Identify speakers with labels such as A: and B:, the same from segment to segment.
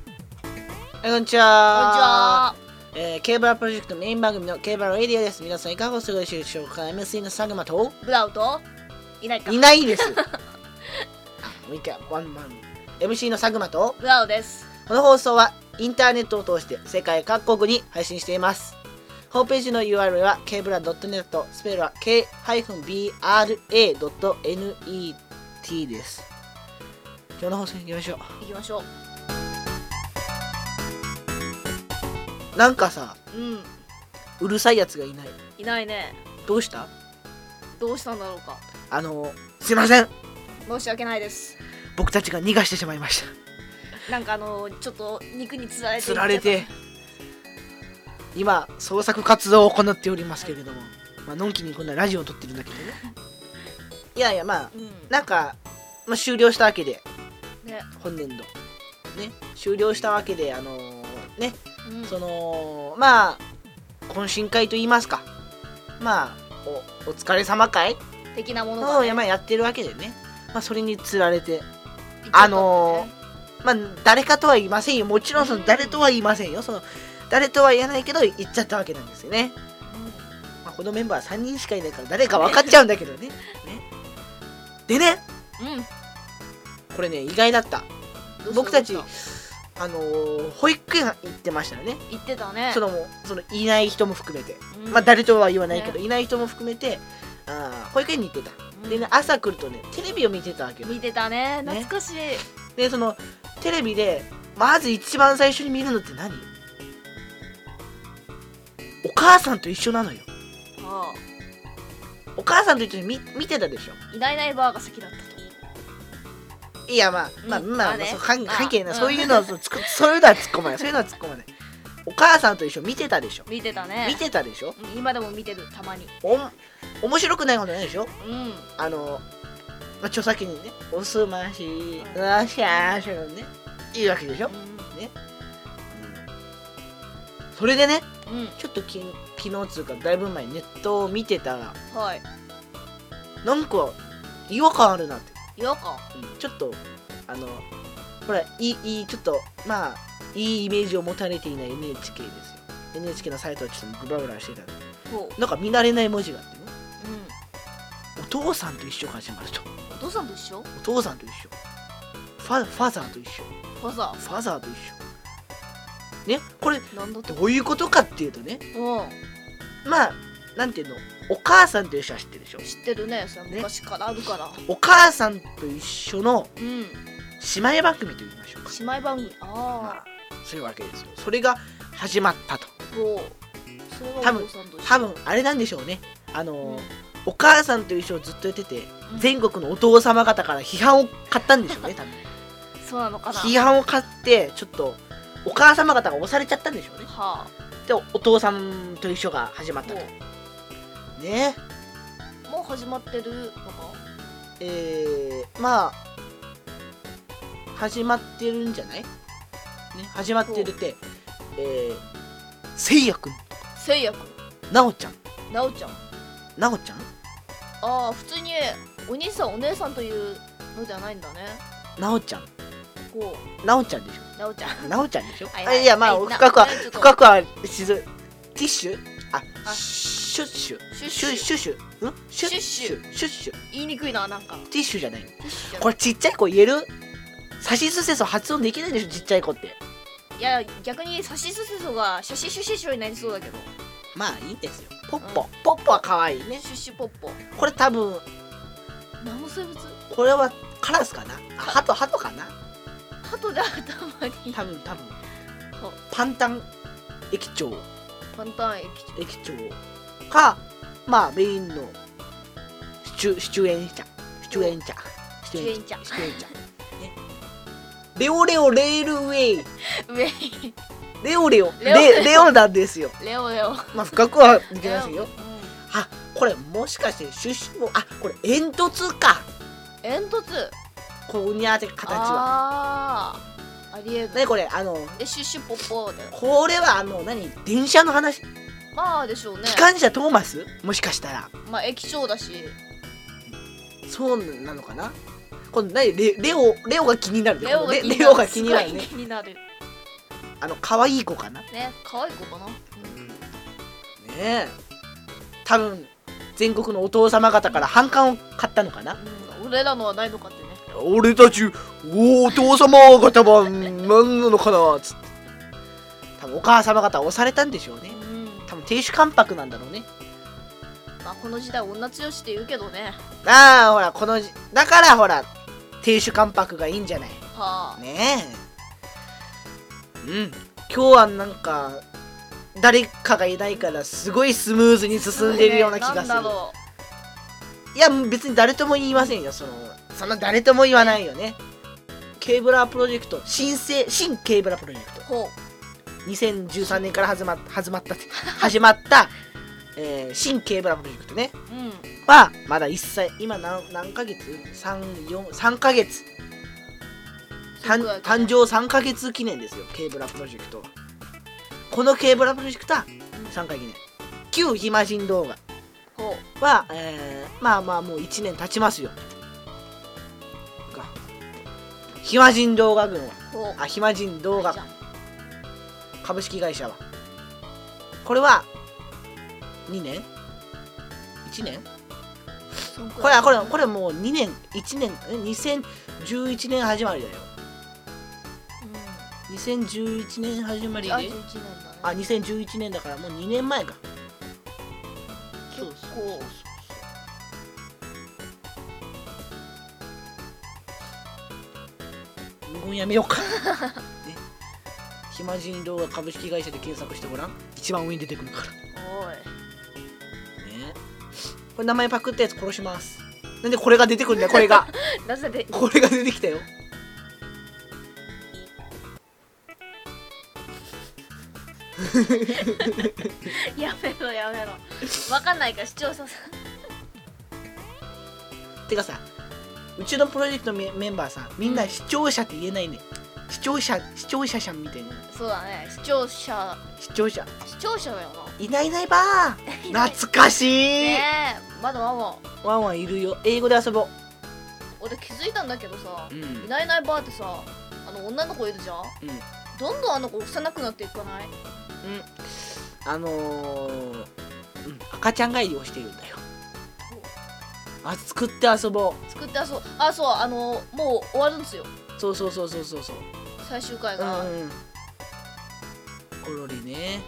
A: はいこんにちは
B: こんにちは。
A: えー、ケーブラプロジェクトメイン番組のケーブラレディオです皆さんいかがお過ごしでしょうか MC のサグマ と
B: ブラウトいないか。
A: いないですあもう一回ワンマン MC のサグマと
B: ブラウです。
A: この放送はインターネットを通して世界各国に配信していますホームページの URL は kbra.net スペルは k-bra.net です今日の放送に行きましょ
B: 行きましょ
A: うなんかさ
B: う。うん。
A: うるさいやつがいない
B: いないね。
A: どうした
B: どうしたんだろうか。
A: あのすいません
B: 申し訳ないです。
A: 僕たちが逃がしてしまいました
B: なんかあのちょっと肉につられて。
A: 釣られて。今創作活動を行っておりますけれども、まあのんきにこんなラジオを撮ってるんだけどねいやいやまあ
B: うん。
A: なんか、まあ、終了したわけで
B: ね。
A: 本年度ね終了したわけであのーね
B: うん。
A: そのまあ懇親会といいますかまあおお疲れ様会
B: 的なもの
A: を
B: が、ね。
A: 山やってるわけでね、まあ、それにつられて
B: 一応
A: あのまあ誰かとは言いませんよもちろんその誰とは言いませんよその誰とは言えないけど言っちゃったわけなんですよね、
B: 撮ってね
A: まあ、このメンバー3人しかいないから誰か分かっちゃうんだけどねねでね
B: うん。うん
A: これね意外だった
B: どうした
A: 僕たち
B: どうし
A: あのー保育園行ってましたよね
B: 言ってたね。
A: そのもうそのいない人も含めて、
B: うん
A: まあ誰とは言わないけど、
B: ね
A: いない人も含めてあー保育園に行ってた、
B: うん
A: でね朝来るとねテレビを見てたわけよ
B: 見てたね。
A: ね
B: 懐かしい。
A: でそのテレビでまず一番最初に見るのって何お母さんと一緒なのよ
B: あ
A: お母さんと一緒に見見てたでしょ
B: あいないいないバーが先だったと。
A: いやまあ
B: うん
A: まあ、まあ
B: ま
A: ま
B: あ
A: あ、
B: ね
A: そう関
B: まあ
A: 関係ない、
B: うん
A: そういうのはそうつくそういうのは突っ込まないそういうのは突っ込まないお母さんと一緒に見てたでしょ
B: 見てたね。
A: 見てたでしょ
B: うん今でも見てるたまに。
A: おん面白くないことないでしょ
B: うん。
A: あの、まあ、著作権にね、おすまし、うわしゃーしゃのね、いいわけでしょ。それでね、
B: うん。
A: ちょっとき昨日つうか、だいぶ前にネットを見てたら、
B: うん。はい。
A: なんか違和感あるなって。
B: 違和感。
A: うんちょっと、あの、ほら、いい、いい、ちょっと、まあ、いいイメージを持たれていない NHK ですよ。NHK のサイトをちょっとグラグラしてたんで
B: こう。
A: なんか見慣れない文字があってね、
B: うん。
A: お父さんと一緒が始まると。
B: お父さんと一緒
A: お父さんと一緒。ファファザーと一緒。
B: ファザ
A: ファザーと一緒ねこれ
B: ーなんだって
A: どういうことかっていうとね
B: う
A: まあなんていうのお母さんと一緒は知ってるでしょ
B: ん知ってるねそれ昔からあるから、
A: お母さんと一緒の
B: うん姉
A: 姉妹番組と言いましょうか、
B: 妹番組
A: ま
B: あ
A: あ、そういうわけですよそれが始まったと
B: あこうそれはお
A: 多分
B: 父さんと一緒
A: 多分あれなんでしょうねあのー、
B: うん
A: お母さんと一緒をずっとやってて
B: うん
A: 全国のお父様方から批判を買ったんでしょうね多分
B: そうなの かな
A: 批判を買ってちょっとお母様方が押されちゃったんでしょうね
B: はあ
A: でお父さんと一緒が始まった
B: も
A: とね
B: うもう始まってるのか
A: えー、まあ始まってるんじゃない、ね、始まってるってえー、せいやくん
B: せいやくん
A: なおちゃん
B: なおちゃん
A: なおちゃん
B: ああ普通にお兄さんお姉さんというのじゃないんだね
A: なおちゃん
B: こ
A: なおちゃんでし
B: うなおちゃん
A: ょなおちゃんでしょ
B: はいは
A: やまあ
B: いな
A: 深くは
B: ねちょっと
A: 深くはしずティッシュあ
B: あ
A: シュッシュ
B: シュッシ
A: シ
B: ュ
A: ュッシュシュんシュッシ
B: シュ
A: ュシュッシュ
B: 言いにくいななんか
A: ティッシュじゃないこ
B: こ
A: れちっちゃい子言えるさしすせそ発音できないでしょちっちゃい子って
B: れいや逆にさしすせそがシャシシュシュシュになりそうだけど
A: まあいいんですよポッポ、ポッポは可愛いね
B: シュッシュポッポ
A: これ多分
B: 何の生物
A: これはカラスかなあハトハトかな
B: 鳩で頭に
A: 多分多分
B: ほ
A: パンタン駅長
B: パンタン液体
A: 駅長かまあメインのシチュシチュエン茶シチュエン茶シ
B: チュエンチ
A: チ
B: ャ
A: シチュエン茶ねレオレオレールウェイ
B: 上
A: レオレオ
B: レオレ
A: レ
B: オ
A: レオなんですよ
B: レオレオ
A: まあ深くはできません
B: う
A: よ
B: ん
A: あこれもしかしてシュシュもあこれ煙突か
B: 煙突
A: こうにゃーって形は
B: あーありえる
A: ねこれあの
B: でシュッシュポッポーだよ
A: これはあの何電車の話
B: まあでしょうね
A: 機関車トーマスもしかしたら
B: まあ液晶だし
A: そうなのかなこの何レレオレオが気になるね
B: レオが
A: この
B: 気
A: レ
B: になる
A: レオが気になるね
B: すごい気になる
A: あの可愛い子かな、
B: ね可愛い子かな、うん
A: ねえ多分全国のお父様方から反感を買ったのかな
B: うん俺らのはないのかってね
A: 俺たちお父様方は何なのかなつって多分お母様方は押されたんでしょうね
B: うん
A: 多分亭主関白なんだろうね
B: まあこの時代女強しって言うけどね
A: ああほらこのじだからほら亭主関白がいいんじゃない
B: はあ
A: ねえうん今日はなんか誰かがいないからすごいスムーズに進んでるような気が
B: ね
A: す
B: な
A: る
B: んだろ
A: いや別に誰とも言いませんよそのそんな誰とも言わないよねケーブラープロジェクト新生新ケーブラープロジェクト
B: うほ
A: 2013年から始ま始まったって始まった、えー新ケーブラープロジェクトね
B: ううん
A: はまだ一切今何何ヶ月 ?343 ヶ月誕誕生3ヶ月記念ですよケーブラプロジェクトはこのケーブラプロジェクトは3回記念旧暇人動画
B: ほ
A: は、えーまあまあもう1年経ちますよが暇人動画軍は
B: うほう
A: あ暇人動
B: じゃ
A: 画
B: ん
A: 株式会社はこれは2年 ?1 年
B: そんく
A: これ
B: らい
A: はこれこれはもう2年1年え2011年始まりだよ
B: う
A: 2011年始ま
B: ん
A: り
B: じ
A: で
B: ゃあ11年
A: あ
B: だね
A: 2011年だからもう2年前か
B: 結構
A: 無言やめよう か、ね、暇人動画株式会社で検索してごらん一番上に出てくるからね
B: おい
A: これ名前パクったやつ殺しますなんでこれが出てくるんだよこれ が
B: なぜで
A: これが出てきたよ
B: やめろやめろわかんないから視聴者さん
A: てかさうちのプロジェクトメメンバーさみんな視聴者って言えないね視聴者視聴者さんみたいな
B: そうだね視聴者
A: 視聴者
B: 視聴者だよ
A: いない いないばー懐かしい、
B: なねえまだまだ
A: ワンワンいるよ英語で遊ぼ
B: 俺気づいたんだけどさ
A: う、う
B: い
A: ん
B: ないいないばーってさあの女の子いるじゃん
A: うん
B: どんどんあの子幼くなっていかない
A: あのーうん、赤ちゃん帰りをしているんだよあ作って遊ぼ
B: 作ってあそうあそうあのもう終わるんですよ
A: うそうそうそうそうそうそう
B: 最終回
A: う
B: が、ね
A: んゴロリね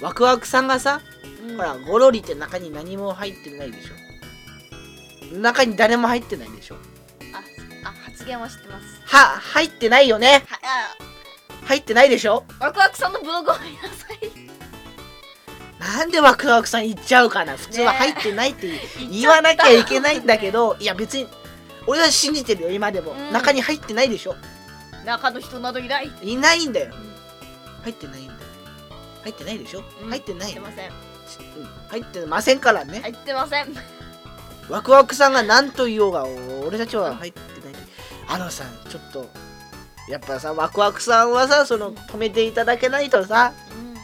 B: う
A: ワクワクさんがさ、
B: んうん
A: ほらゴロリって中に何も入ってないでしょ中に誰も入ってないでしょ
B: ああ発言は知ってます
A: は入ってないよね
B: はあ
A: 入ってないでしょ
B: ワクワクさんのブログを見なさい
A: なんでワクワクさん言っちゃうかな普通は
B: ね
A: 入ってないって言う
B: 言っち
A: 言
B: ゃ
A: わ
B: った
A: なきゃいけないんだけどいや別に俺は信じてるよ今でも、
B: うん
A: 中に入ってないでしょ
B: 中の人などいない
A: いないんだよ
B: ん。
A: 入ってないんだよ。入ってないでしょ、
B: うん
A: 入ってない
B: 入
A: よ、
B: ってま せん
A: うん入ってませんからね。
B: 入ってません
A: ワクワクさんが何と言おうが、お俺たちは入ってない。あのさ、ちょっと、やっぱさ、ワクワクさんはさ、その止めていただけないとさ、
B: うん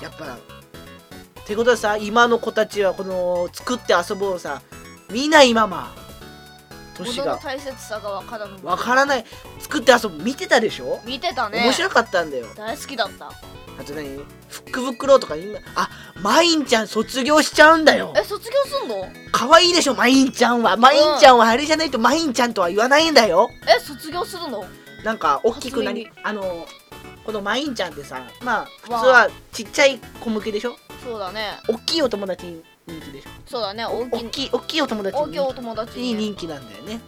A: やっぱ、ってことはさ、今の子たちはこの作って遊ぼうさ、見ないまま、年
B: 物の
A: が
B: 大切さがわからぬ
A: わからない、作って遊ぶ、見てたでしょ、
B: 見てたね
A: 面白かったんだよ。
B: 大好きだった
A: あと何フックブクロウとか今あマインちゃん卒業しちゃうんだよ
B: え卒業すんの
A: 可愛いでしょマインちゃんはマインちゃんはあれじゃないとマインちゃんとは言わないんだよ
B: え卒業するの
A: なんか大きくなり
B: 初
A: あのこのマインちゃんってさまあ普通はちっちゃい子向けでしょ
B: そうだね
A: 大きいお友達に人気でしょ
B: そうだね大
A: 大
B: きい
A: きい大きいお友達
B: 大きいお
A: に
B: 友達
A: に
B: に
A: 人気なんだよねね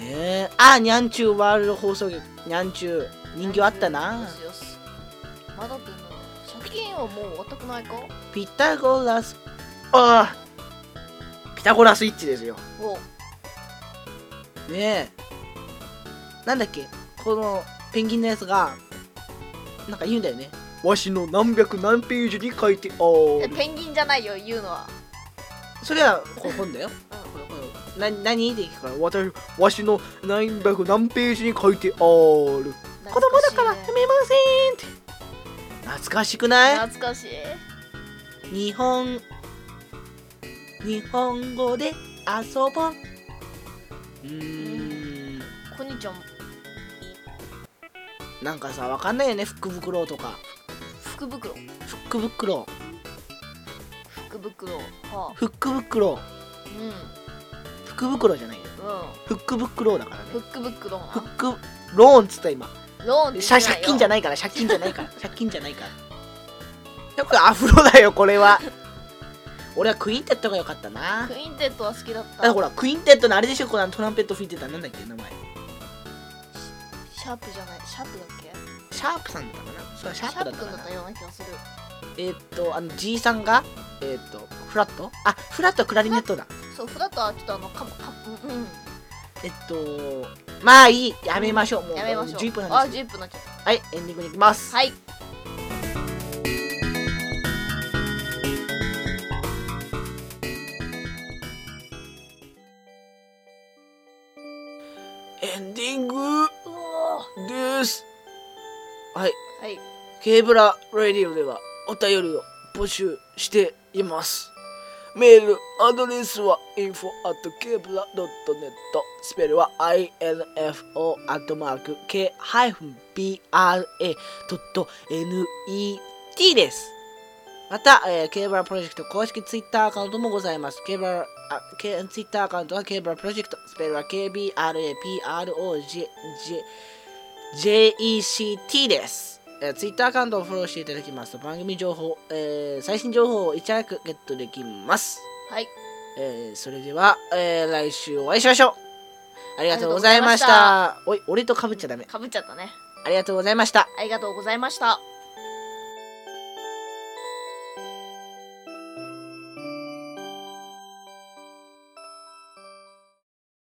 B: う
A: えあにゃんちゅうワールド放送局にゃんちゅうん人形あったな
B: よしよしまだってんだね借金はもう終わったくないか
A: ピタゴラスああピタゴラスイッチですよ
B: お
A: ねえなんだっけこのペンギンのやつがなんか言うんだよねわしの何百何ページに書いてあ
B: えペンギンじゃないよ言うのは
A: それはこれ本だよこれこれな何って聞くから私わしの何百何ページに書いてある子
B: 子
A: 供だから読めませんって懐かしくない
B: 懐かしい
A: 日本日本語で遊ぼううーん
B: こにちゃん
A: なんかさわかんないよね福袋とか
B: 福袋
A: 福袋
B: 福袋はあ
A: 福袋
B: うん
A: 福袋じゃないよ
B: う
A: 福袋だからね
B: ん福袋な
A: 福ローンっつった今
B: ローンって
A: 借借金じゃ
B: な
A: な
B: い
A: いから借金じゃ ないから借金じゃないからよくアフロだよこれは俺はクインテットが良かったな
B: よクインテットは好きだっ
A: あ
B: た
A: ほらクインテットのあれでしょこのトランペット吹いてたなんだっけ名前
B: シャープじゃないシャープだっけ
A: シャープさんだったかなそうシャープだった
B: シャ
A: か
B: ープ君だ
A: な
B: ったような気がする
A: えーっとあの G さんがえーっとフラットあフラットクラリネットだ
B: そうフラットはちょっとあのかもかうんうん
A: えっとまあいいやめましょうもう
B: やめましょう
A: 11分な
B: あ
A: んです
B: 10分になっちゃっ
A: はいエンディングに行きます
B: たはい
A: エンディング
B: うお
A: ですはい
B: ーはい
A: ケーブララディオではお便りを募集しています。メールアドレスは info at kebla.net スペルは info at mark k-bra.net です。また、えー、ケーブラプロジェクト公式ツイッターアカウントもございます。ケーブラ、あ、ケツイッターアカウントはケーブラプロジェクト、スペルは KBRAPROJECT です。えー、ツイッターアカウントをフォローしていただきますと番組情報、えー、最新情報をいち早くゲットできます。
B: はい
A: えー、それでは、えー、来週お会いしましょう。ありがとうございました。おい、俺とかぶっちゃダメ。
B: かぶっちゃったね
A: ありがとうございました。
B: ありがとうございました